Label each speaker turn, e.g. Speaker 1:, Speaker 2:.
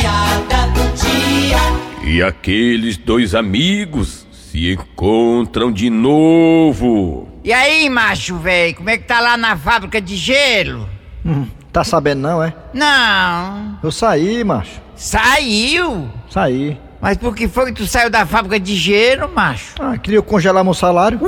Speaker 1: piada do dia.
Speaker 2: E aqueles dois amigos se encontram de novo.
Speaker 3: E aí, macho velho, como é que tá lá na fábrica de gelo?
Speaker 4: Hum, tá sabendo não, é?
Speaker 3: Não,
Speaker 4: Eu saí, macho.
Speaker 3: saiu.
Speaker 4: Saí.
Speaker 3: Mas por que foi que tu saiu da fábrica de gelo, macho?
Speaker 4: Ah, queria congelar meu salário.